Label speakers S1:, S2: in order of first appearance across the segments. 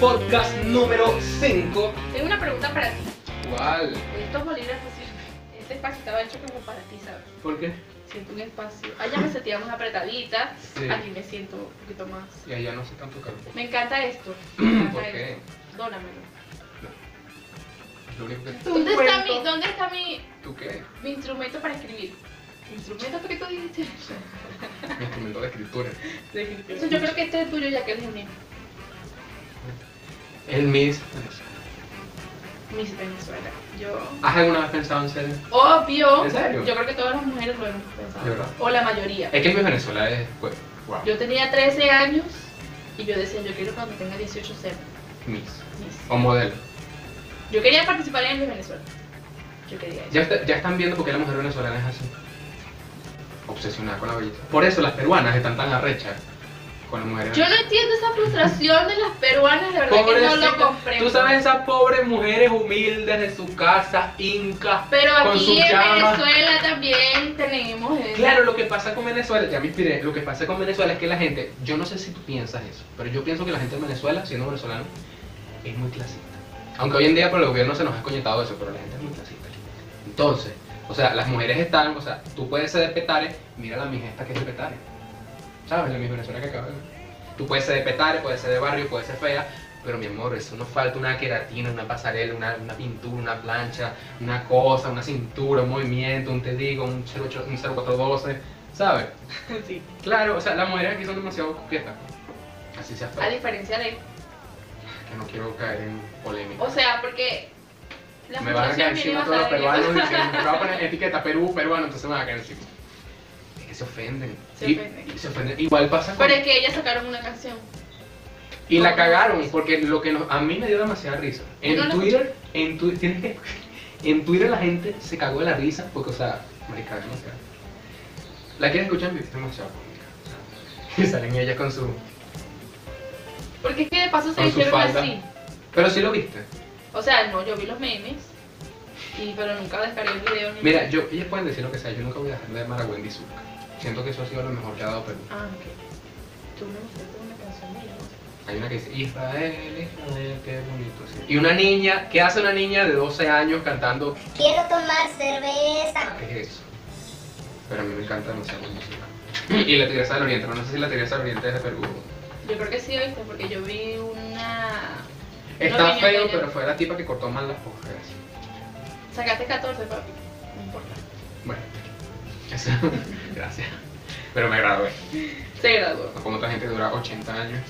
S1: podcast número 5.
S2: Tengo una pregunta para ti.
S1: ¿Cuál?
S2: Estos bolígrafos sirven. Este espacio estaba hecho como para ti, ¿sabes?
S1: ¿Por qué?
S2: Siento un espacio. Allá me sentía más apretadita.
S1: Sí.
S2: Aquí me siento un poquito más.
S1: Y allá no sé tanto caro.
S2: Me encanta esto. Me encanta
S1: ¿Por qué?
S2: esto. Dónamelo.
S1: Lo único que-
S2: ¿Dónde está,
S3: cuento.
S2: mi, ¿Dónde está mi,
S1: ¿Tú qué?
S2: mi instrumento para escribir? ¿Instrumento para que tú dijiste?
S1: Mi instrumento de escritura.
S2: Eso yo creo que este es tuyo ya que eres el mío.
S1: El Miss.
S2: Miss Venezuela. Yo.
S1: ¿Has alguna vez pensado en ser?
S2: Obvio.
S1: ¿En serio?
S2: Yo creo que todas las mujeres lo hemos pensado.
S1: De verdad.
S2: O la mayoría.
S1: Es que el Miss Venezuela es. Pues, wow.
S2: Yo tenía 13 años y yo decía, yo quiero cuando tenga 18 ser
S1: Miss.
S2: Miss.
S1: O modelo.
S2: Yo quería participar en Miss Venezuela. Yo quería eso.
S1: Ya, está- ya están viendo por qué la mujer venezolana es así. Obsesionada con la belleza. Por eso las peruanas están tan arrechas con las mujeres
S2: Yo no entiendo esa frustración de las peruanas, de verdad que no lo
S1: Pobrecita.
S2: comprendo.
S1: Tú sabes esas pobres mujeres humildes de su casa, incas.
S2: Pero
S1: con sus
S2: aquí en
S1: llamas.
S2: Venezuela también tenemos eso.
S1: Claro, lo que pasa con Venezuela, ya me inspiré, lo que pasa con Venezuela es que la gente, yo no sé si tú piensas eso, pero yo pienso que la gente de Venezuela, siendo venezolano, es muy clasista. Aunque hoy en día por el gobierno se nos ha escoñetado eso, pero la gente es muy clasista. Entonces, o sea, las mujeres están, o sea, tú puedes ser de Petare, mira la mija esta que es de Petare. ¿Sabes? La mija venezolana que acaba de... Tú puedes ser de Petare, puedes ser de barrio, puedes ser fea, pero mi amor, eso nos falta una queratina, una pasarela, una, una pintura, una plancha, una cosa, una cintura, un movimiento, un te digo, un, 08 un 0412, ¿sabes?
S2: Sí.
S1: Claro, o sea, las mujeres aquí son demasiado coquetas. Así se
S2: A
S1: fea,
S2: diferencia de...
S1: que no quiero caer en polémica.
S2: O sea, porque... La
S1: me van a caer
S2: frustración viene
S1: encima todos los
S2: basada en
S1: peruanos
S2: eso.
S1: diciendo, me van a poner etiqueta Perú, peruano, entonces me van a caer encima. Es que se ofenden.
S2: Se
S1: Y-
S2: ofenden.
S1: y se ofenden. Igual pasa con...
S2: Pero es que ellas sacaron una canción.
S1: Y la cagaron, porque lo que nos- a mí me dio demasiada risa. En
S2: No la
S1: Twitter, en Twitter, tienes que- en Twitter la gente se cagó de la risa, porque, o sea, marica, es demasiado. La quieres escuchar en vivo, es demasiado cómica. o sea, Y salen ellas con su...
S2: Porque es que de paso se
S1: Con su
S2: hicieron
S1: falda.
S2: así.
S1: Pero sí lo viste.
S2: O sea, no, yo vi los memes, y, pero nunca descargué el video. Ni
S1: Mira, yo, ellas pueden decir lo que sea, yo nunca voy a dejar de amar a Wendy Zulka. Siento que eso ha sido lo mejor que ha dado Perú.
S2: Ah, ok. Tú me mostraste una canción mía. ¿no?
S1: Hay una que dice, Israel, Israel, qué bonito. sí". Y una niña, ¿qué hace una niña de 12 años cantando
S3: Quiero tomar cerveza.
S1: ¿Qué es eso? Pero a mí me encanta demasiado la música. Y la Tigresa del Oriente, pero no sé si la Tigresa del Oriente es de Perú.
S2: Yo creo que sí, ¿viste? Porque yo vi una...
S1: Está
S2: niña,
S1: feo,
S2: niña.
S1: pero fue la tipa que cortó mal las ojeras.
S2: Sacaste 14, papi. No importa.
S1: Bueno, eso. Gracias. Pero me gradué.
S2: Se graduó.
S1: Como otra gente que dura 80 años.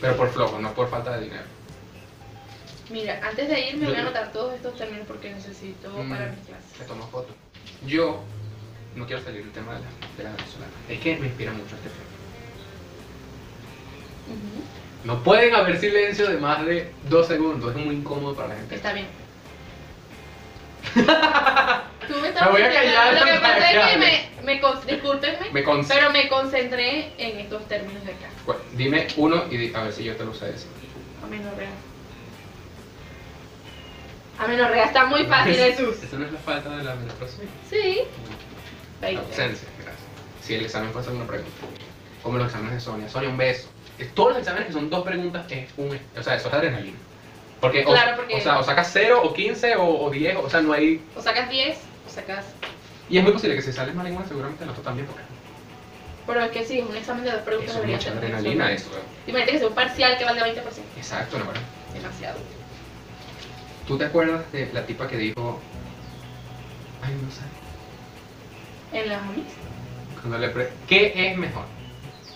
S1: Pero por flojo, no por falta de dinero.
S2: Mira, antes de irme
S1: Yo-
S2: voy a anotar todos estos términos porque necesito
S1: Mm.
S2: para mi clase.
S1: Me tomo foto. Yo no quiero salir del tema de la, de la venezolana. Es que me inspira mucho este tema.
S2: Ujú.
S1: No pueden haber silencio de más de dos segundos. Es muy incómodo para la gente.
S2: Está bien. Tú me
S1: Me voy a
S2: diciendo-
S1: callar
S2: Lo que
S1: para
S2: pasa es que
S1: callarme.
S2: me, me con- discúlpenme,
S1: Me consta.
S2: pero me concentré en estos términos de acá.
S1: Bueno, dime uno y di- a ver si yo te lo sé decir.
S2: Amenorrea. Amenorrea está muy fácil, Jesús.
S1: Esa no es la falta de la menstruación.
S2: Sí.
S1: La Ausencia, gracias. Si el examen fue hacer una pregunta. Como los exámenes de Sonia. Sonia, un beso. Es- Todos los exámenes que son dos preguntas es un. O sea, eso es adrenalina. Porque, o-
S2: Claro, porque-
S1: O sea, o sacas 0 o 15 o, o 10. O sea, no hay.
S2: O sacas 10 o sacas...
S1: Y es muy posible que si sales mal en una, seguramente en la otra también. Porque
S2: Pero es que sí, es un examen de dos preguntas.
S1: eso es
S2: debería
S1: mucha
S2: ser
S1: adrenalina, eso. ¿eh?
S2: Imagínate que sea un parcial que valga 20%.
S1: Exacto, no, bueno.
S2: Demasiado.
S1: ¿Tú te acuerdas de la tipa que dijo. Ay, no sé.
S2: En las homies.
S1: Cuando le pre- ¿Qué es mejor?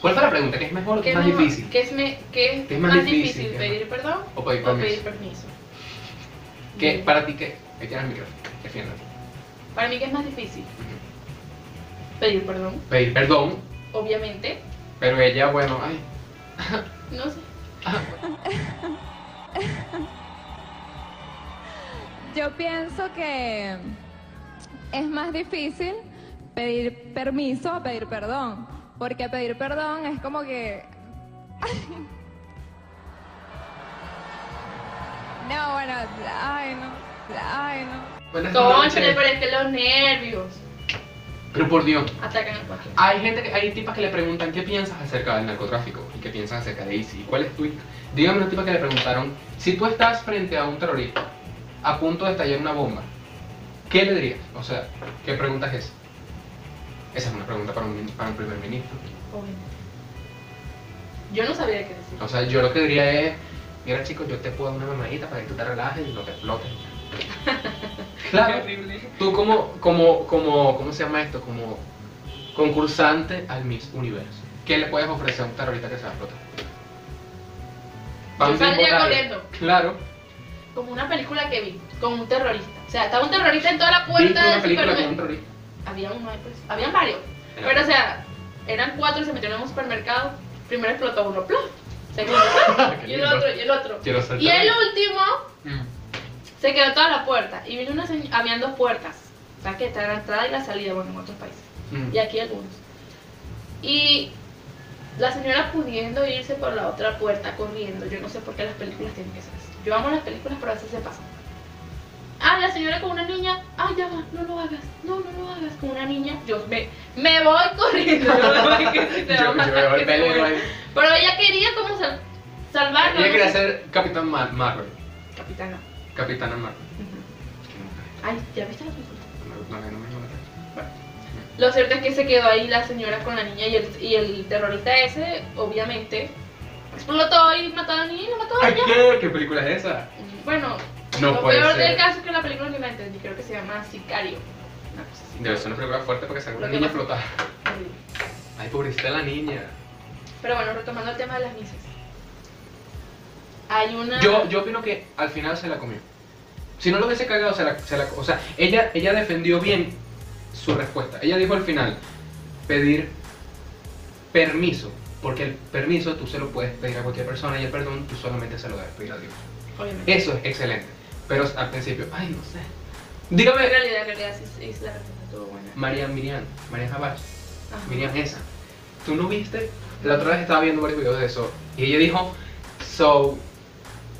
S1: ¿Cuál fue la pregunta? ¿Qué es mejor o qué es más
S2: no-
S1: difícil?
S2: ¿Qué es, me- qué es
S1: ¿Qué
S2: más, difícil?
S1: ¿Qué es
S2: ¿Pedir perdón
S1: O pedir
S2: o pedir
S1: permiso.
S2: permiso?
S1: ¿Qué,
S2: Mm.
S1: para ti qué? Ahí tienes el micrófono. Defiéndete.
S2: Para mí, ¿qué es más difícil?
S1: Ujú.
S2: Pedir perdón,
S1: Pedir perdón,
S2: obviamente.
S1: pero ella, bueno, ay.
S2: No sé.
S4: Yo pienso que es más difícil pedir permiso a pedir perdón, porque pedir perdón es como que... No, bueno, ay no, ay no.
S1: Buenas
S2: Conchale,
S1: noches.
S2: pero es que los nervios
S1: Pero por Dios,
S2: atacan a cualquiera.
S1: hay gente, que- hay tipas que le preguntan qué piensas acerca del narcotráfico y qué piensas acerca de ISIS y cuál es tu, Dígame una tipa que le preguntaron, si tú estás frente a un terrorista a punto de estallar una bomba, ¿qué le dirías? O sea, ¿qué pregunta es esa? Esa es una pregunta para un, min- para un primer ministro.
S2: Obviamente. Yo no sabía qué decir.
S1: O sea, yo lo que diría es, mira chicos, yo te puedo dar una mamadita para que tú te relajes y no te explotes. claro,
S2: horrible.
S1: tú como, como, como, ¿cómo se llama esto? Como concursante al Miss Universo. ¿Qué le puedes ofrecer a un terrorista que se va a explotar?
S2: Yo saldría
S1: Vamos a
S2: corriendo.
S1: Claro.
S2: Como una película que vi, con un terrorista. O sea, estaba un terrorista en toda la
S1: ¿Viste
S2: puerta
S1: una
S2: del
S1: película con un
S2: supermercado.
S1: terrorista?
S2: Había uno ahí, pues. Habían varios. Pero, o sea, eran cuatro y se metieron en un supermercado. Primero explotó uno, ¡plum! Segundo, ¡plum!
S1: Qué
S2: Y el
S1: lindo.
S2: otro, y el otro.
S1: Quiero saltar.
S2: Y el último
S1: Mm.
S2: se quedó toda la puerta. Y vino una señora, habían dos puertas. O sea, que está la entrada y la salida, bueno, en otros países.
S1: Mm.
S2: Y aquí algunos. Y la señora pudiendo irse por la otra puerta corriendo. Yo no sé por qué las películas tienen que ser así. Yo amo las películas, pero a veces se pasan. Ah, la señora con una niña. Ah, ya va, no lo hagas. No, no lo hagas. Con una niña. Yo me, me voy corriendo. porque si te va a
S1: Yo, yo
S2: matar,
S1: veo
S2: que
S1: el
S2: te
S1: pelo
S2: mueres.
S1: igual.
S2: pero ella quería como sal- salvarlo.
S1: Ella
S2: ¿no?
S1: quería ser Capitán Mar- Marvel.
S2: Capitana.
S1: Capitana Marvel.
S2: Ujú.
S1: Que no me-
S2: Ay, ¿ya viste la película?
S1: no me- no me- no me-
S2: Lo cierto es que se quedó ahí la señora con la niña y el, y el terrorista ese, obviamente, explotó y mató a la niña y la mató a
S1: Ay,
S2: ella.
S1: ¿qué? ¿Qué película es esa?
S2: Bueno,
S1: No
S2: lo
S1: puede
S2: peor
S1: ser.
S2: del caso es que la película que me entendí creo que se llama Sicario. Una cosa así.
S1: Debe ser una película fuerte porque sale una
S2: Lo que
S1: niña
S2: más-
S1: flotar.
S2: horrible.
S1: Ay, pobrecita la niña.
S2: Pero bueno, retomando el tema de las misas. Hay una...
S1: Yo, yo opino que al final se la comió. Si no lo hubiese cagado, se la, se la- O sea, ella, ella defendió bien su respuesta. Ella dijo al final, pedir permiso. Porque el permiso tú se lo puedes pedir a cualquier persona y el perdón tú solamente se lo debes pedir a Dios.
S2: Obviamente.
S1: Eso es excelente. Pero al principio, ay, no sé. Dígame,
S2: En realidad, en realidad sí, sí, sí, la respuesta estuvo buena.
S1: María Miriam, María Jabach,
S2: Ajá.
S1: Miriam esa. ¿Tú no viste? La otra vez estaba viendo varios videos de eso y ella dijo, so, o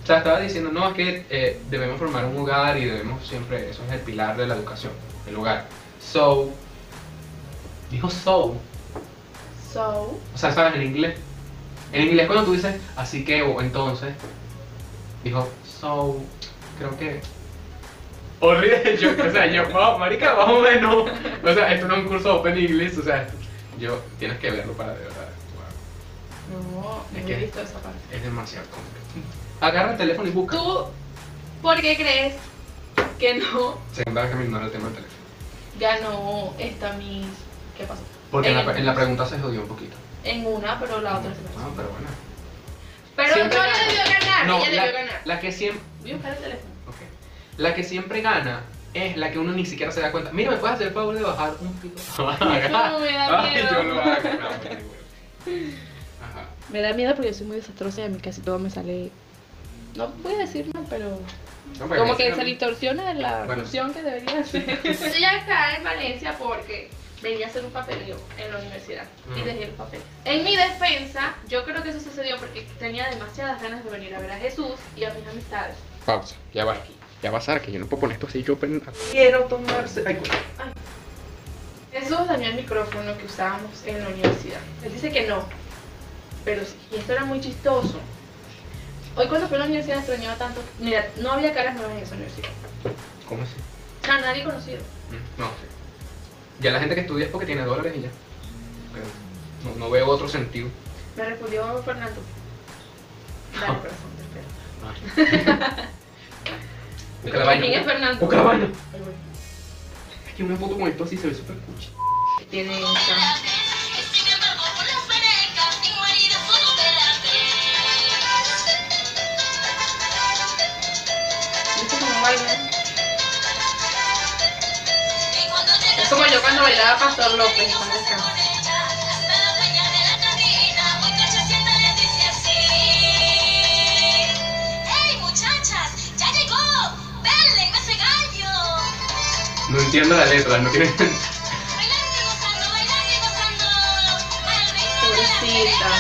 S1: sea, estaba diciendo, no, es que eh, debemos formar un hogar y debemos siempre, eso es el pilar de la educación, el hogar. So, dijo so,
S2: So,
S1: o sea, ¿sabes en inglés? En inglés cuando tú dices así que o entonces, dijo, so, creo que... Horrible, yo, o sea, yo, wow, marica, más o menos. O sea, esto no es un curso Open English, o sea, yo, tienes que verlo para de verdad.
S2: no,
S1: wow,
S2: no
S1: ¿De
S2: he
S1: qué?
S2: visto esa parte.
S1: es demasiado complejo. Agarra el teléfono y busca.
S2: ¿Tú por qué crees que no
S1: Segunda vez que me ignora el tema del teléfono.
S2: ganó esta Miss. ¿Qué pasó?
S1: Porque en la,
S2: el-
S1: en la pregunta se jodió un poquito.
S2: En una, pero Eh. la otra se pasó.
S1: No, pero bueno.
S2: Pero
S1: Siempre
S2: no
S1: gana.
S2: le debió ganar,
S1: No,
S2: Ah, ella
S1: la-
S2: debió ganar.
S1: La que siempre...
S2: Voy a buscar el teléfono.
S1: Ok. La que siempre gana es la que uno ni siquiera se da cuenta. Mira, ¿me puedes hacer el favor de bajar un poquito?
S2: No, me da
S1: Ah, Ay,
S2: miedo.
S1: yo lo hago. no, no, no, no. Ajá.
S2: Me da miedo porque yo soy muy desastrosa y a mí casi todo me sale. No voy a decir no, pero.
S1: No, pero
S2: como
S1: ese
S2: que
S1: no-
S2: se distorsiona la
S1: Bueno.
S2: función que debería hacer. Estoy acá en Valencia porque venía a hacer un papeleo en la universidad y
S1: Ujú.
S2: dejé el papel. En mi defensa, yo creo que eso sucedió porque tenía demasiadas ganas de venir a ver a Jesús y a mis amistades.
S1: Pausa, ya va. Ya va a ser que yo no puedo poner esto así. Yo pen- quiero tomarse. Ay, güey.
S2: Jesús dañó el micrófono que usábamos en la universidad. Él dice que no, pero sí. Y esto era muy chistoso. Hoy cuando fue a la universidad extrañaba tanto. Mira, no había caras nuevas en esa universidad.
S1: ¿Cómo así?
S2: O sea, nadie conocido.
S1: Mm, No sé. Ya la gente que estudia es porque tiene dólares y ya. Pero no, no veo otro sentido.
S2: Me respondió Fernando.
S1: Ah.
S2: Dale, corazón, te espero.
S1: Busca la vaina.
S2: ¿Quién es
S1: busca-
S2: Fernando?
S1: Busca la vaina.
S2: Ay, bueno.
S1: Es que una foto con esto así se ve súper cuchi.
S2: Tiene esa. ¿Viste cómo baila? Es como yo cuando bailaba Pastor López. cuando estaba.
S5: ¡Ey, muchachas! ¡Ya llegó! ¡Verle, ese gallo!
S1: No entiendo la letra, no quiero entender.
S5: Bailando y gozando, bailando y gozando. Al ritmo de la
S2: Pobrecita.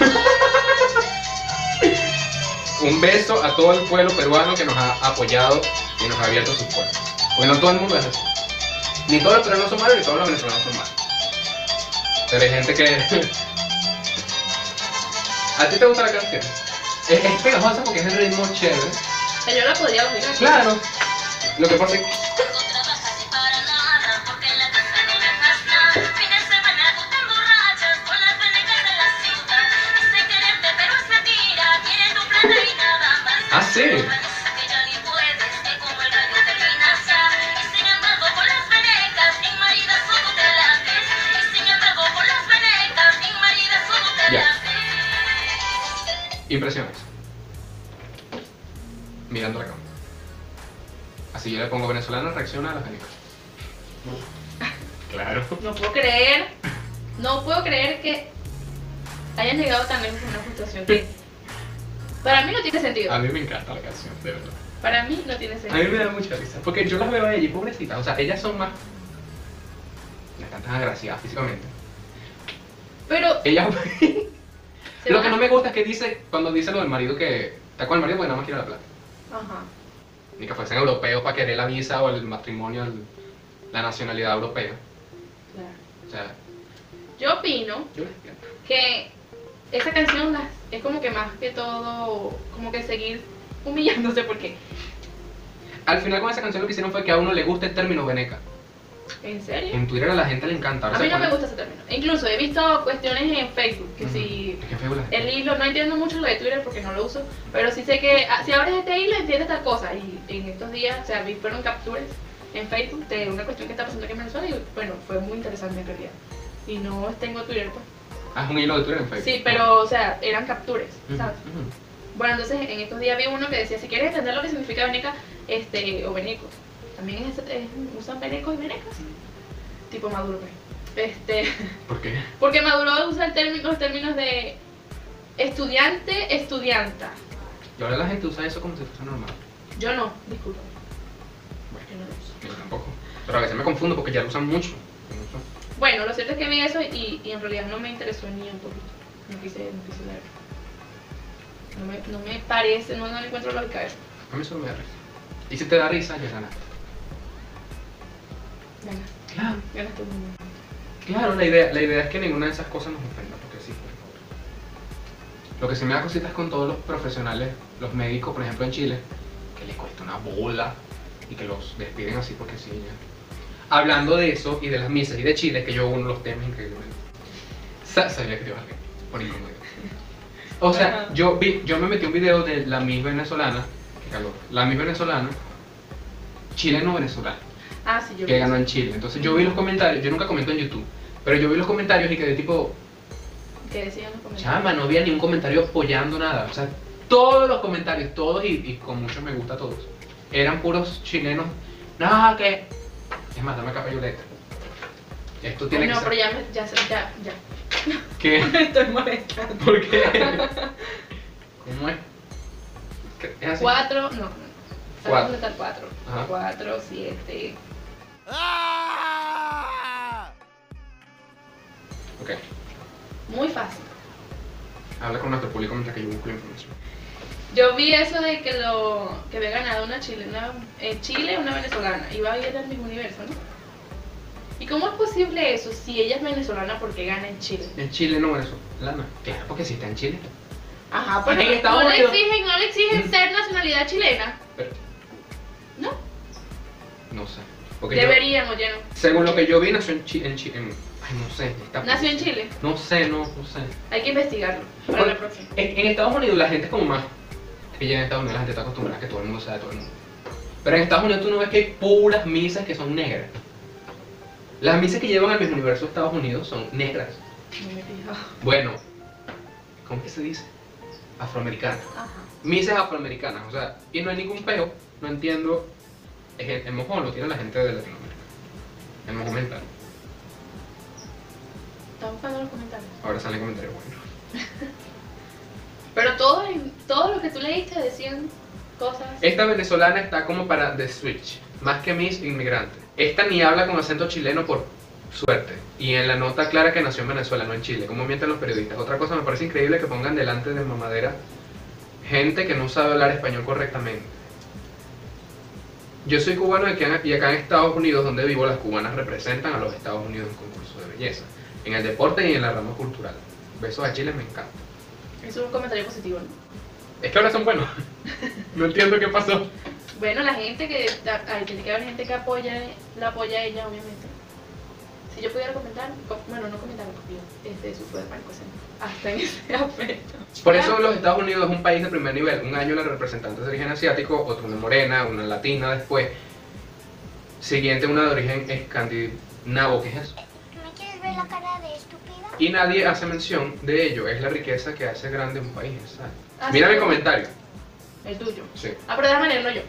S5: pereza.
S1: Un beso a todo el pueblo peruano que nos ha apoyado y nos ha abierto sus puertas. Porque no todo el mundo es así. Ni todos los peruanos son malos, ni todos los venezolanos son malos. Pero hay gente que... ¿A ti te gusta la canción? Es, es pegajosa porque es el ritmo chévere.
S2: Pero yo la podría dominar.
S1: Claro. Lo que pasa es
S5: No trabajaste para nada, porque en la casa no dejas nada. Fines de semana gustando rayas con las venegas de la ciudad. Dice quererte, pero es mentira. Tiene tu plata y nada más.
S1: Ah, sí.
S5: Parece que ya ni puedes, que como el gallo terminas ya. Y sin embargo, con las venegas, en maridas solo te la ves. Y sin embargo, con las venegas, en maridas solo te
S1: Ya.
S5: la ves.
S1: impresiones. Mirando la cámara. Así yo le pongo venezolana, reacciona a las películas. Claro.
S2: No puedo creer. No puedo creer que hayas llegado tan lejos con una frustración que. Para mí no tiene sentido.
S1: A mí me encanta la canción, de verdad.
S2: Para mí no tiene
S1: A mí
S2: sentido.
S1: me da mucha risa. Porque yo las veo a ellas, pobrecitas. O sea, ellas son más. No están tan agraciadas físicamente.
S2: Pero.
S1: Ellas.
S2: se
S1: lo
S2: van
S1: que
S2: a-
S1: no me gusta es que dice, cuando dice lo del marido que. Está con el marido porque nada más quiere la plata.
S2: Ajá.
S1: Ni que fuesen europeos para querer la visa o el matrimonio, el- la nacionalidad europea.
S2: Claro.
S1: O sea,
S2: Yo opino
S1: yo les entiendo.
S2: que esa canción la- es como que más que todo, como que seguir humillándose porque,
S1: Al final con esa canción lo que hicieron fue que a uno le gusta el término veneca.
S2: ¿en serio?
S1: En Twitter a la gente le encanta. ahora
S2: A
S1: se
S2: mí no
S1: pone-
S2: me gusta ese término. Incluso he visto cuestiones en Facebook que
S1: Ujú.
S2: si
S1: Es que feo la gente.
S2: el hilo, no entiendo mucho lo de Twitter porque no lo uso, pero sí sé que ah, si abres este hilo entiendes tal cosa. Y en estos días, o sea, vi fueron capturas en Facebook de una cuestión que está pasando aquí en Venezuela y bueno, fue muy interesante en realidad. Y no tengo Twitter, pues.
S1: Ah, es un hilo de Twitter en Facebook.
S2: Sí, pero, o sea, eran capturas,
S1: Ujú,
S2: ¿sabes?
S1: ujú.
S2: Bueno, entonces en estos días vi uno que decía, si quieres entender lo que significa veneca, este, o veneco, también es, es- usan venecos y venecas, tipo Maduro, pues. Este,
S1: ¿Por qué?
S2: porque Maduro usa el término, los términos de estudiante, estudianta.
S1: Y ahora la gente usa eso como si fuese normal.
S2: Yo no, disculpa. Yo no lo uso.
S1: Yo tampoco. Pero a veces me confundo porque ya lo usan mucho. Mucho.
S2: Bueno, lo cierto es que vi eso y, y en realidad no me interesó ni un poquito. No quise, no quise leer. No me, no me parece, no, no le encuentro lógica a eso.
S1: A mí solo me da risa. Y si te da risa, ya ganaste.
S2: Ganas,
S1: Claro,
S2: ganas todo el mundo.
S1: claro, la idea, la idea es que ninguna de esas cosas nos ofenda, porque sí, por favor. Lo que sí me da cositas con todos los profesionales, los médicos, por ejemplo, en Chile, que les cuesta una bola y que los despiden así porque sí, ya. Hablando de eso y de las misas y de Chile, que yo uno los temas increíblemente. Sa- sabía que te ibas a reír, por incómodo. O sea,
S2: Ajá.
S1: yo, vi, yo me metí un video de la Miss venezolana, qué calor, la Miss venezolana, chileno-venezolana.
S2: Ah, sí, yo
S1: que
S2: vi
S1: ganó
S2: eso.
S1: en Chile. Entonces yo vi los comentarios, yo nunca comento en YouTube, pero yo vi los comentarios y quedé tipo,
S2: que decían los comentarios.
S1: chama, no había ningún comentario apoyando nada. O sea, todos los comentarios, todos y, y con mucho me gusta a todos, eran puros chilenos. No, que. Es más, dame capa violeta. Esto tiene
S2: no,
S1: que
S2: pero
S1: ser.
S2: ya, me- ya, se- ya, ya.
S1: ¿Qué?
S2: Me estoy molestando.
S1: ¿Por qué? ¿Cómo es? ¿Qué- ¿Es así?
S2: Cuatro, no.
S1: Cuatro.
S2: Cuatro. Cuatro.
S1: Ajá.
S2: Cuatro, siete.
S1: Ok,
S2: Muy fácil.
S1: habla con nuestro público mientras que yo busco la información.
S2: Yo vi eso de que lo que había ganado una chilena en Chile, una venezolana. Iba a vivir al mismo universo, ¿no? ¿Y cómo es posible eso si ella es venezolana porque gana en Chile?
S1: ¿En Chile no venezolana? Claro, porque si está en Chile.
S2: Ajá,
S1: Y pues, en
S2: porque
S1: Estados
S2: no le
S1: Unidos.
S2: exigen, no le exigen ser nacionalidad chilena.
S1: Pero-
S2: ¿No?
S1: No sé. Porque yo-
S2: Deberíamos, ya no.
S1: Según lo que yo vi, nació en Chile. En Chi- en- ay, no sé. está-
S2: Nació en Chile.
S1: No sé, no, no sé.
S2: Hay que investigarlo para
S1: Bueno,
S2: la próxima.
S1: En, en Estados Unidos la gente es como más. Que ya en Estados Unidos la gente está acostumbrada a que todo el mundo sea de todo el mundo. Pero en Estados Unidos tú no ves que hay puras misas que son negras. Las misas que llevan al mismo universo de Estados Unidos son negras.
S2: No me he fijado.
S1: Bueno, ¿cómo que se dice? Afroamericanas.
S2: Ajá.
S1: misas afroamericanas, o sea, y no hay ningún peo, no entiendo, es el, el mojón lo tiene la gente de Latinoamérica, el mojón mental,
S2: Estamos buscando los comentarios.
S1: ahora sale el comentario bueno.
S2: Pero todo, en- todo lo que tú leíste decían cosas.
S1: Esta venezolana está como para The Switch, más que Miss Inmigrante. Esta ni habla con acento chileno por suerte. Y en la nota clara que nació en Venezuela, no en Chile, como mienten los periodistas. Otra cosa me parece increíble que pongan delante de mamadera gente que no sabe hablar español correctamente. Yo soy cubano y acá- y acá en Estados Unidos, donde vivo, las cubanas representan a los Estados Unidos en concursos de belleza, en el deporte y en la rama cultural. Besos a Chile, me encanta.
S2: Eso es un comentario positivo, ¿no?
S1: Es que ahora son buenos. No entiendo qué pasó.
S2: Bueno, la gente que. la- Ay, tiene que haber gente que apoya, la apoya a ella, obviamente. Si yo pudiera comentar, co- bueno, no comentar porque yo este, sufro de pánico escénico, Hasta en ese aspecto.
S1: Por eso los Estados Unidos es un país de primer nivel. Un año una representante de origen asiático, otra una morena, una latina después. Siguiente una de origen escandinavo, que es eso.
S3: ¿Me quieres ver la cara de estúpida?
S1: Y nadie hace mención de ello. Es la riqueza que hace grande un país. ¿sabes?
S2: Ah,
S1: Mira
S2: sí.
S1: mi comentario.
S2: El tuyo.
S1: Sí,
S2: Ah, pero déjame leerlo yo.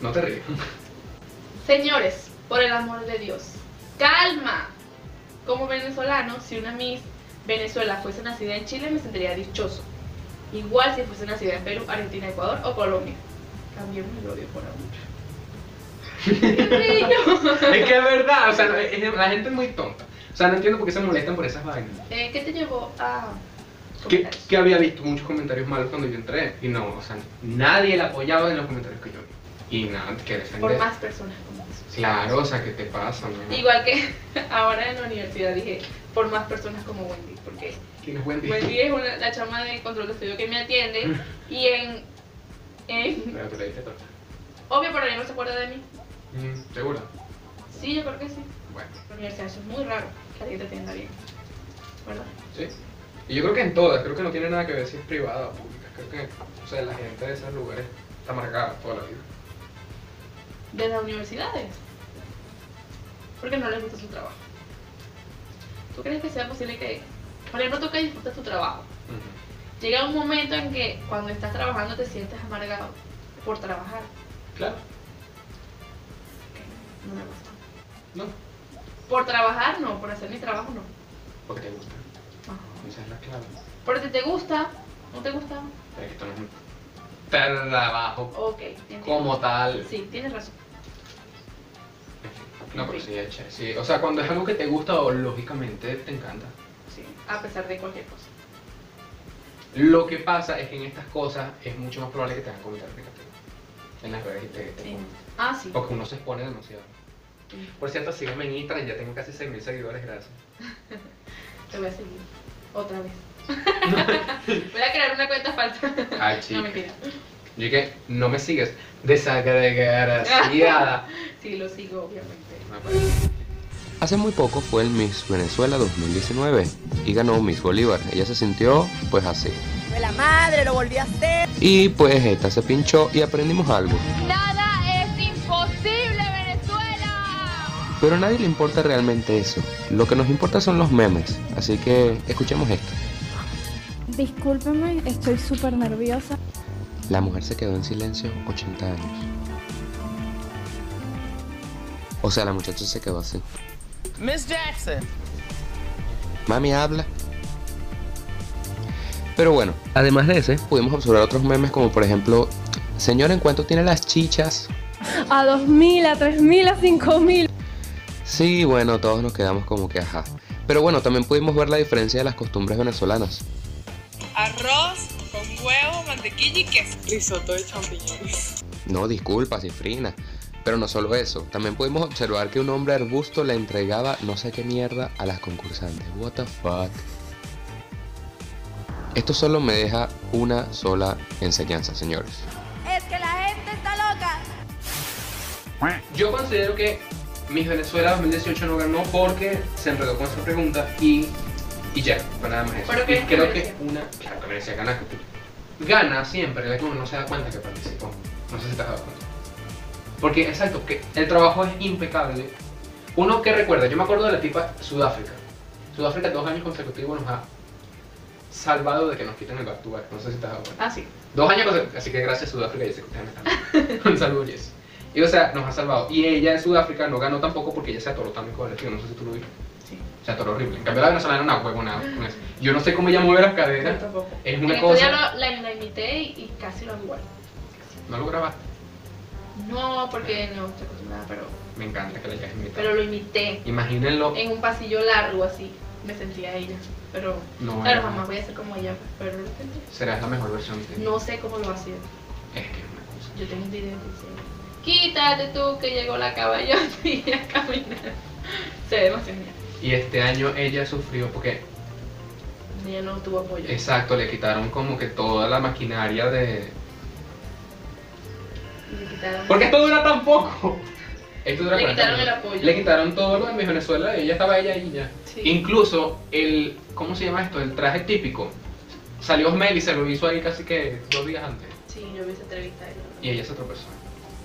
S1: no te ríes.
S2: Señores, por el amor de Dios, calma. Como venezolano, si una Miss Venezuela fuese nacida en Chile, me sentiría dichoso. Igual si fuese nacida en Perú, Argentina, Ecuador o Colombia. Cambiemos el odio por amor. ¡Qué bello!
S1: Es que es verdad, o sea, es- es- la gente es muy tonta. O sea, no entiendo por qué se molestan por esas vainas.
S2: Eh, ¿Qué te llevó a
S1: Que,
S2: comentar eso?
S1: que había visto muchos comentarios malos cuando yo entré. Y no, o sea, nadie la apoyaba en los comentarios que yo vi. Y nada, que
S2: Por
S1: defender.
S2: más personas como eso.
S1: Claro, o sea, ¿qué te pasa, mi amor?
S2: Igual que ahora en la universidad dije, por más personas como Wendy, porque
S1: ¿Quién es Wendy?
S2: Wendy es una, la chama de control de estudio que me atiende y en, en
S1: Pero tú le diste torta.
S2: Obvio, pero nadie no se acuerda de mí.
S1: Mm, ¿Segura?
S2: Sí, yo creo que sí.
S1: Bueno,
S2: La universidad, eso es muy raro que alguien te atienda bien. ¿Verdad?
S1: sí. Y yo creo que en todas, creo que no tiene nada que ver si es privada o pública. Creo que, o sea, la gente de esos lugares está marcada toda la vida.
S2: De las universidades. Porque no les gusta su trabajo. ¿Tú crees que sea posible que, por ejemplo, tú que disfrutas tu trabajo,
S1: Ujú.
S2: llega un momento en que cuando estás trabajando te sientes amargado por trabajar?
S1: Claro,
S2: No me gusta.
S1: no.
S2: Por trabajar no, por hacer mi trabajo no.
S1: Porque te gusta.
S2: Ajá.
S1: Esa es la clave.
S2: Porque te gusta, no te gusta,
S1: Pero esto no es un trabajo
S2: ok. entiendo.
S1: como tal.
S2: Sí, tienes razón.
S1: No, pero sí, es chévere, sí. O sea, cuando es algo que te gusta o lógicamente te encanta.
S2: Sí, a pesar de cualquier cosa.
S1: Lo que pasa es que en estas cosas es mucho más probable que te hagan comentarios negativos. En las redes y te, te
S2: Sí. Mm.
S1: pongan.
S2: Ah, sí.
S1: Porque uno se expone demasiado.
S2: Sí.
S1: Por cierto, sígueme en Instagram, ya tengo casi 6.000 seguidores, gracias.
S2: Te voy a seguir. Otra vez. voy a crear una cuenta falsa.
S1: Ay,
S2: No,
S1: chica.
S2: mentira.
S1: Yo dije, no me sigues. Desagregada.
S2: Sí, lo sigo, obviamente.
S1: pues.
S6: Hace muy poco fue el Miss Venezuela 2019 y ganó Miss Bolívar. Ella se sintió pues así.
S7: Fue la madre, lo volví a hacer.
S6: Y pues esta se pinchó y aprendimos algo.
S4: Nada es imposible, Venezuela.
S6: Pero a nadie le importa realmente eso. Lo que nos importa son los memes. Así que escuchemos esto.
S4: Discúlpeme, estoy súper nerviosa.
S6: La mujer se quedó en silencio 80 años. O sea, la muchacha se quedó así.
S7: Miss Jackson.
S6: Mami habla. Pero bueno, además de ese, pudimos observar otros memes como por ejemplo, señor, ¿en cuánto tiene las chichas?
S8: a 2.000, a 3.000, a 5.000.
S6: Sí, bueno, todos nos quedamos como que ajá. Pero bueno, también pudimos ver la diferencia de las costumbres venezolanas.
S9: Arroz con huevo, mantequilla y queso. Risotto de champiñones.
S6: No, disculpa, cifrina. Pero no solo eso, también pudimos observar que un hombre arbusto le entregaba no sé qué mierda a las concursantes. What the fuck. Esto solo me deja una sola enseñanza, señores.
S8: Es que la gente está loca.
S1: Yo considero que Miss Venezuela 2018 no ganó porque se enredó con esa pregunta y, y ya, fue nada más eso.
S2: Pero que
S1: Y
S2: es
S1: creo que
S2: comercia.
S1: una. Claro, que merecía ganar. Gana siempre, la que uno no se da cuenta que participó. No sé si te has dado cuenta. Porque, exacto, que el trabajo es impecable. Uno que recuerda, yo me acuerdo de la tipa Sudáfrica. Sudáfrica dos años consecutivos nos ha salvado de que nos quiten el back to back. No sé si te has dado cuenta.
S2: Ah, sí.
S1: Dos años, pues, así que gracias Sudáfrica, yo sé que ustedes me están viendo. Un saludo, Jess. Y o sea, nos ha salvado. Y ella en Sudáfrica no ganó tampoco porque ella se atoró también con el estilo, no sé si tú lo viste.
S2: Sí.
S1: Se atoró horrible. En cambio la venezolana era una huevonada. con eso. Yo no sé cómo ella mueve las
S2: Yo
S1: caderas,
S2: tampoco.
S1: es
S2: En
S1: una
S2: estos días
S1: cosa...
S2: lo- la, la imité y, y casi lo hago igual.
S1: No lo grabaste.
S2: No, porque no estoy acostumbrada, pero,
S1: Me encanta que la hayas
S2: pero
S1: invitado.
S2: lo Eh, imité.
S1: Imagínenlo.
S2: En un pasillo largo así me sentía ella. Pero
S1: No,
S2: claro,
S1: eh,
S2: jamás voy a ser como ella, pero lo intenté.
S1: serás la mejor versión de ti.
S2: No sé cómo lo hacía.
S1: Es que es una cosa.
S2: Yo tengo un video que dice, quítate tú que llegó la caballota y a caminar. Se ve demasiado genial.
S1: Y este año ella sufrió porque
S2: niña no tuvo apoyo.
S1: Exacto, le quitaron como que toda la maquinaria de...
S2: Le quitaron,
S1: Porque esto dura tan poco. Esto dura
S2: le
S1: 40
S2: quitaron el
S1: minutos.
S2: apoyo.
S1: Le quitaron todo lo de Miss Venezuela, ella estaba ella y ya.
S2: Sí.
S1: Incluso el, ¿cómo se llama esto? El traje típico. Salió Osmel y se lo hizo ahí casi que dos días antes.
S2: Sí, yo vi esa entrevista. de ella.
S1: Y ella se tropezó.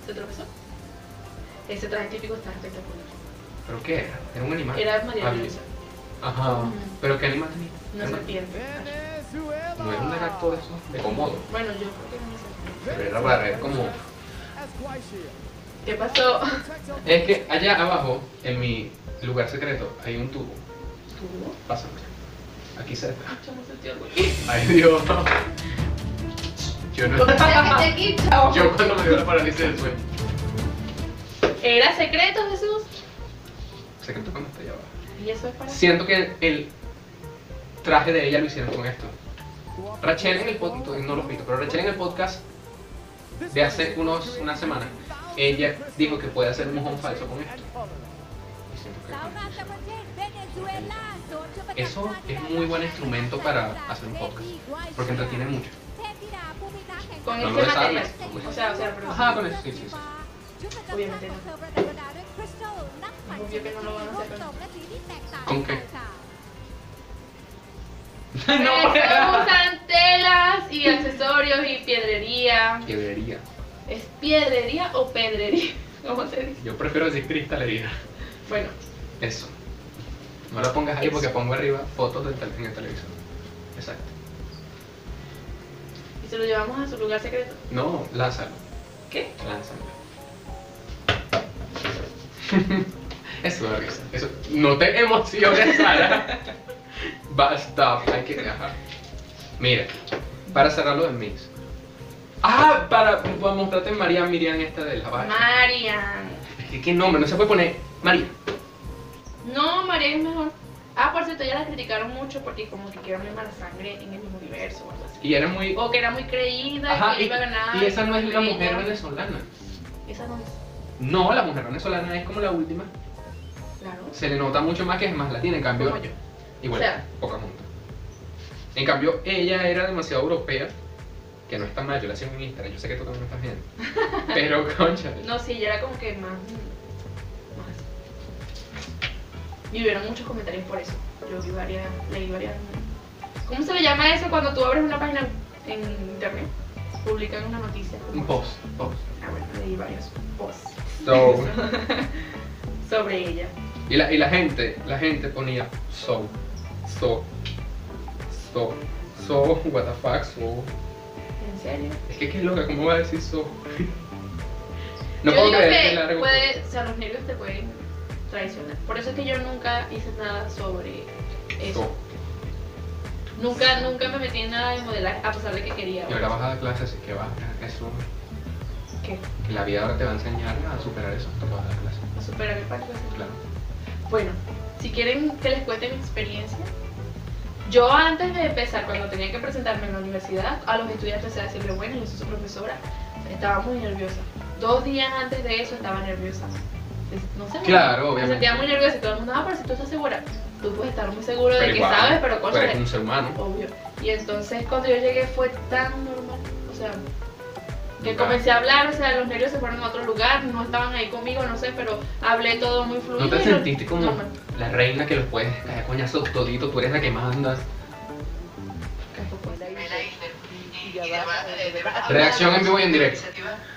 S2: ¿Se tropezó? Ese traje típico está espectacular.
S1: ¿Pero qué era? Era un animal.
S2: Era María
S1: Había-
S2: Luisa,
S1: Ajá.
S2: Ujú.
S1: ¿Pero qué animal tenía?
S2: una
S1: Era-
S2: serpiente.
S1: No era un lagarto de esos, de Komodo.
S2: Bueno, yo creo que era una serpiente.
S1: Pero era para ver como...
S2: ¿Qué pasó?
S1: Es que allá abajo, en mi lugar secreto, hay un tubo.
S2: ¿Tú?
S1: Pásame. Aquí se...
S2: Yo no sentí algo.
S1: Ay, Dios. Yo no...
S2: aquí, chao.
S1: Yo cuando me dio la parálisis del sueño.
S2: ¿Era secreto, Jesús?
S1: Secreto cuando estoy abajo.
S2: Y eso es para...
S1: Siento que el traje de ella lo hicieron con esto. Rachel en el podcast, no lo visto, pero Rachel en el podcast de hace unos, una semana, ella dijo que puede hacer un mojón falso con esto. Y siento que- Eso es muy buen instrumento para hacer un podcast, porque entretiene mucho.
S2: Con
S1: No
S2: este
S1: lo desarmes.
S2: material. O sea, o sea, pero...
S1: Ajá, con eso, sí, sí, sí.
S2: Obviamente no. Obvio que no lo van a hacer con...
S1: ¿Con qué?
S2: Eso, usan telas y accesorios y piedrería.
S1: Piedrería.
S2: ¿Es piedrería o pedrería? ¿Cómo se dice?
S1: Yo prefiero decir cristalería.
S2: Bueno,
S1: Eso. No la pongas ahí
S2: Eso.
S1: porque pongo arriba fotos del tel- en el televisor. Exacto.
S2: y se lo llevamos a su lugar secreto.
S1: No, lánzalo.
S2: ¿Qué?
S1: Lánzalo. Eso es risa. Eso. No te emociones, Sara. Basta. Hay que dejar. Mira, para cerrarlo en mix. Ah, para, para mostrarte María Miriam esta de la vaca.
S2: Marian.
S1: Es que qué nombre, no se puede poner María.
S2: No, Marian es mejor. Ah, por cierto, ya la criticaron mucho porque como que quiero una mala sangre en el mismo universo o algo así.
S1: Y era muy...
S2: O que era muy creída,
S1: Ajá,
S2: que
S1: y,
S2: iba a ganar.
S1: y esa no es la
S2: ella.
S1: mujer venezolana.
S2: Esa no es.
S1: No, la mujer venezolana es como la última.
S2: Claro.
S1: se le nota mucho más que es más latina, en cambio.
S2: Como yo.
S1: Igual,
S2: O sea.
S1: poca junta. En cambio, ella era demasiado europea, que no está mal, yo la sigo en Instagram, yo sé que tú también lo estás viendo. Pero, concha,
S2: No, sí, ella era como que más. más. Y hubieron muchos comentarios por eso. Yo vi varias, leí varias. ¿Cómo se le llama eso cuando tú abres una página en internet? Publican una noticia. como-
S1: un post, post.
S2: Ah, bueno, leí varios posts
S1: So,
S2: sobre ella.
S1: y, la, y la gente, la gente ponía so, so, so, so, what the fuck, so.
S2: ¿En serio?
S1: Es que qué loca, ¿cómo va a decir so? No
S2: yo
S1: puedo
S2: digo
S1: creer que,
S2: que
S1: largo.
S2: puede, o sea, los nervios te pueden traicionar. Por eso es que yo nunca hice nada sobre eso.
S1: so.
S2: Nunca, nunca me metí en nada de modelaje, a pesar de que quería.
S1: Y ahora vas a dar clases, así que vas a eso.
S2: ¿Qué?
S1: Que la vida ahora te va a enseñar a superar eso. Te vas a dar clases,
S2: A superar el pánico escénico.
S1: claro.
S2: Bueno, si quieren que les cuente mi experiencia, yo antes de empezar, cuando tenía que presentarme en la universidad, a los estudiantes empecé a decirle, bueno, yo soy su profesora, estaba muy nerviosa. Dos días antes de eso estaba nerviosa. Es- No sé,
S1: Claro,
S2: me
S1: obviamente.
S2: sentía muy nerviosa y todo el mundo, ah, pero si tú estás segura, tú puedes estar muy seguro de que
S1: igual,
S2: sabes, pero
S1: tú
S2: coño,
S1: eres un ser humano.
S2: obvio. Y entonces cuando yo llegué fue tan normal, o sea, que
S1: Ya.
S2: comencé a hablar, o sea, los nervios se fueron a otro lugar, no estaban ahí conmigo, no sé, pero hablé todo muy fluido.
S1: ¿No te
S2: y lo-
S1: sentiste como
S2: normal.
S1: la reina que los puedes caer coñazos toditos? Tú eres la que mandas. Reacción en vivo y en directo.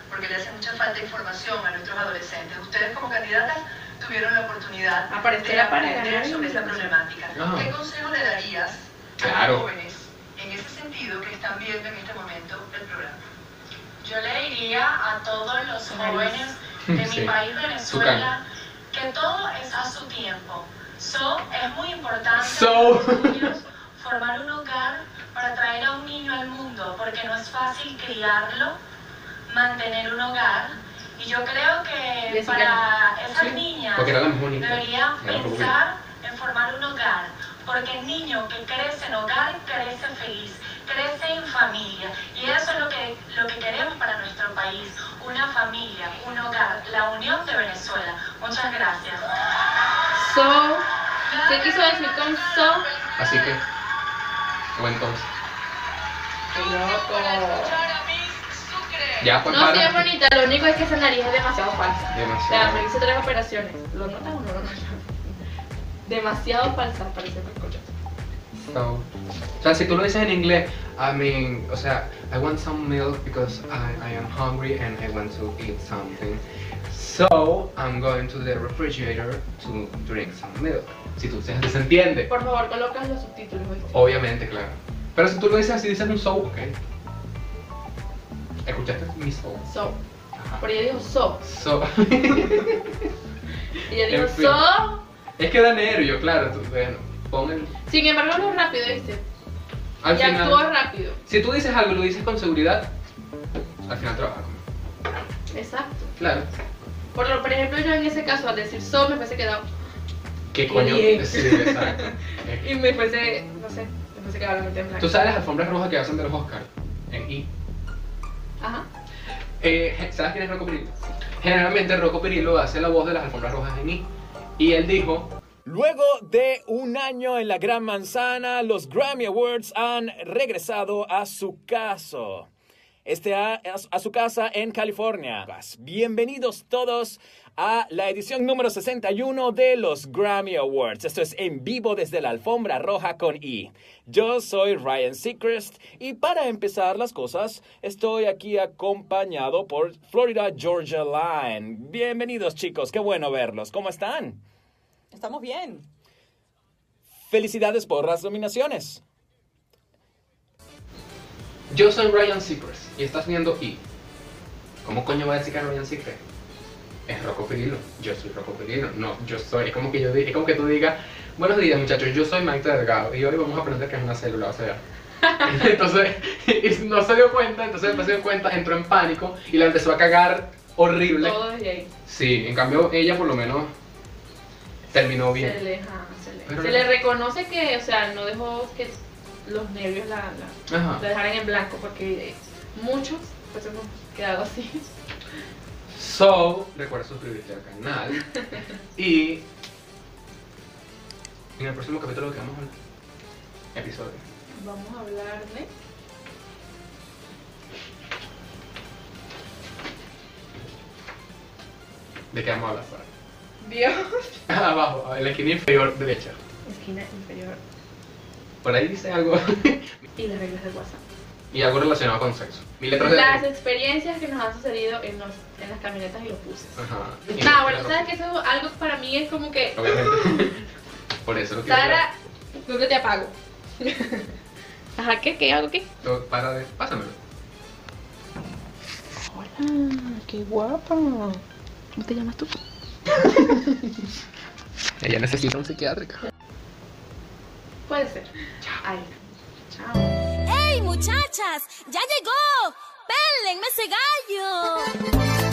S5: Porque le hace mucha falta información a nuestros adolescentes. Ustedes como candidatas tuvieron la oportunidad de
S2: Aparecerá para ganar.
S5: aprender sobre esa problemática.
S1: Ajá.
S5: ¿Qué consejo le darías a
S1: Claro.
S5: los jóvenes en ese sentido que están viendo en este momento el programa? Yo le diría a todos los
S2: jóvenes
S1: de mi Sí. país, Venezuela,
S5: que todo es a su tiempo. So es muy importante
S1: So.
S5: para los niños formar un hogar para traer a un niño al mundo, porque no es fácil criarlo, mantener un hogar. Y yo creo que
S2: Les
S5: para esas
S2: Sí.
S5: niñas
S1: Porque era la más bonita.
S5: deberían
S1: Era la más
S5: pensar en formar un hogar, porque el niño que crece en hogar crece feliz, crece en familia. Y eso es lo que, lo que queremos para nuestro país, una familia, un hogar, la unión de Venezuela. Muchas gracias.
S2: So, ¿qué quiso decir con so?
S1: Así que, O entonces.
S2: Qué loco.
S1: Ya, pues
S2: No, sí
S1: para.
S2: es bonita, lo único es que esa nariz es demasiado falsa. O sea, me
S1: Demasiado.
S2: hice tres operaciones. ¿Lo notas o no lo notas? Demasiado falsa, parece percocha.
S1: So, o sea, si tú lo dices en inglés, I mean, o sea, I want some milk because I, I am hungry and I want to eat something. So, I'm going to the refrigerator to drink some milk. Si tú dices, se entiende.
S2: Por favor, colocas los subtítulos, ¿oíste?
S1: Obviamente, claro. Pero si tú lo dices así, dices un so, ok. ¿Escuchaste mi so?
S2: So.
S1: Ajá.
S2: Pero ella dijo so.
S1: So.
S2: Y Ella dijo
S1: En fin.
S2: so.
S1: es que da nervio, claro. Tú, bueno, pon el-
S2: Sin embargo, lo rápido, ¿viste?
S1: Al
S2: y
S1: final.
S2: actúa rápido.
S1: Si tú dices algo y lo dices con seguridad, al final trabaja conmigo.
S2: Exacto.
S1: Claro.
S2: Por, lo, por ejemplo, yo en ese caso, al decir so, me parece que da.
S1: ¿Qué
S2: Qué
S1: coño?
S2: bien.
S1: Sí, exacto.
S2: Y me parece, no sé, me parece que da la mente en blanco.
S1: Eh, Tú sabes las alfombras rojas que hacen de los Oscars en I.
S2: Ajá.
S1: Eh, ¿Sabes quién es Rocco Perillo? Generalmente Rocco Perillo hace la voz de las alfombras rojas en I. Y él dijo,
S10: Luego de un año en la Gran Manzana, los Grammy Awards han regresado a su caso. Este a, a su casa en California. Bienvenidos todos a la edición número 61 de los Grammy Awards. Esto es en vivo desde la alfombra roja con I. Yo soy Ryan Seacrest y para empezar las cosas estoy aquí acompañado por Florida Georgia Line. Bienvenidos chicos, qué bueno verlos. ¿Cómo están?
S11: Estamos bien.
S10: Felicidades por las nominaciones.
S1: yo soy Ryan Seacrest y estás viendo I. ¿Cómo coño va a decir que es Ryan Seacrest? Es Rocco Perillo. Yo soy Rocco Perillo. No, yo soy. Es como que, yo, di- es como que tú digas, buenos días muchachos, yo soy Mike Delgado y hoy vamos a aprender qué es una célula, o sea. Entonces, y no se dio cuenta, entonces después se dio cuenta, entró en pánico y la empezó a cagar horrible.
S2: Todo desde ahí.
S1: Sí, en cambio ella por lo menos
S2: Se
S1: terminó bien.
S2: le, ajá, se le-
S1: Pero
S2: se
S1: no-
S2: le reconoce que, o sea, no dejó que los nervios la, la-
S1: Ajá.
S2: la dejaran en blanco, porque eh, muchos pues hemos quedado así.
S1: So, recuerda suscribirte al canal y en el próximo capítulo que vamos a hablar. Episodio.
S2: Vamos a hablar de...
S1: ¿De qué vamos a hablar? Sara?
S2: Dios.
S1: Abajo, en la esquina inferior derecha.
S2: Esquina inferior.
S1: Por ahí dice algo.
S2: Y las reglas de WhatsApp.
S1: y algo relacionado con sexo. Mi letra de...
S2: Las experiencias que nos han sucedido en, los, en las camionetas y los buses.
S1: Ajá. Y
S2: Nah,
S1: mi
S2: bueno,
S1: letra-
S2: sabes que eso es algo que para mí es como que...
S1: Obviamente. Por eso lo quiero
S2: Sara, ¿dónde te apago? Ajá, ¿qué? ¿Qué? ¿Algo qué?
S1: hablar. No, Para de... Pásamelo.
S11: qué guapa. ¿Cómo te llamas tú?
S6: Ella necesita un psiquiátrico.
S2: Puede ser. Ay. Chao.
S5: ¡Ey, muchachas! ¡Ya llegó! ¡Pélenme ese gallo!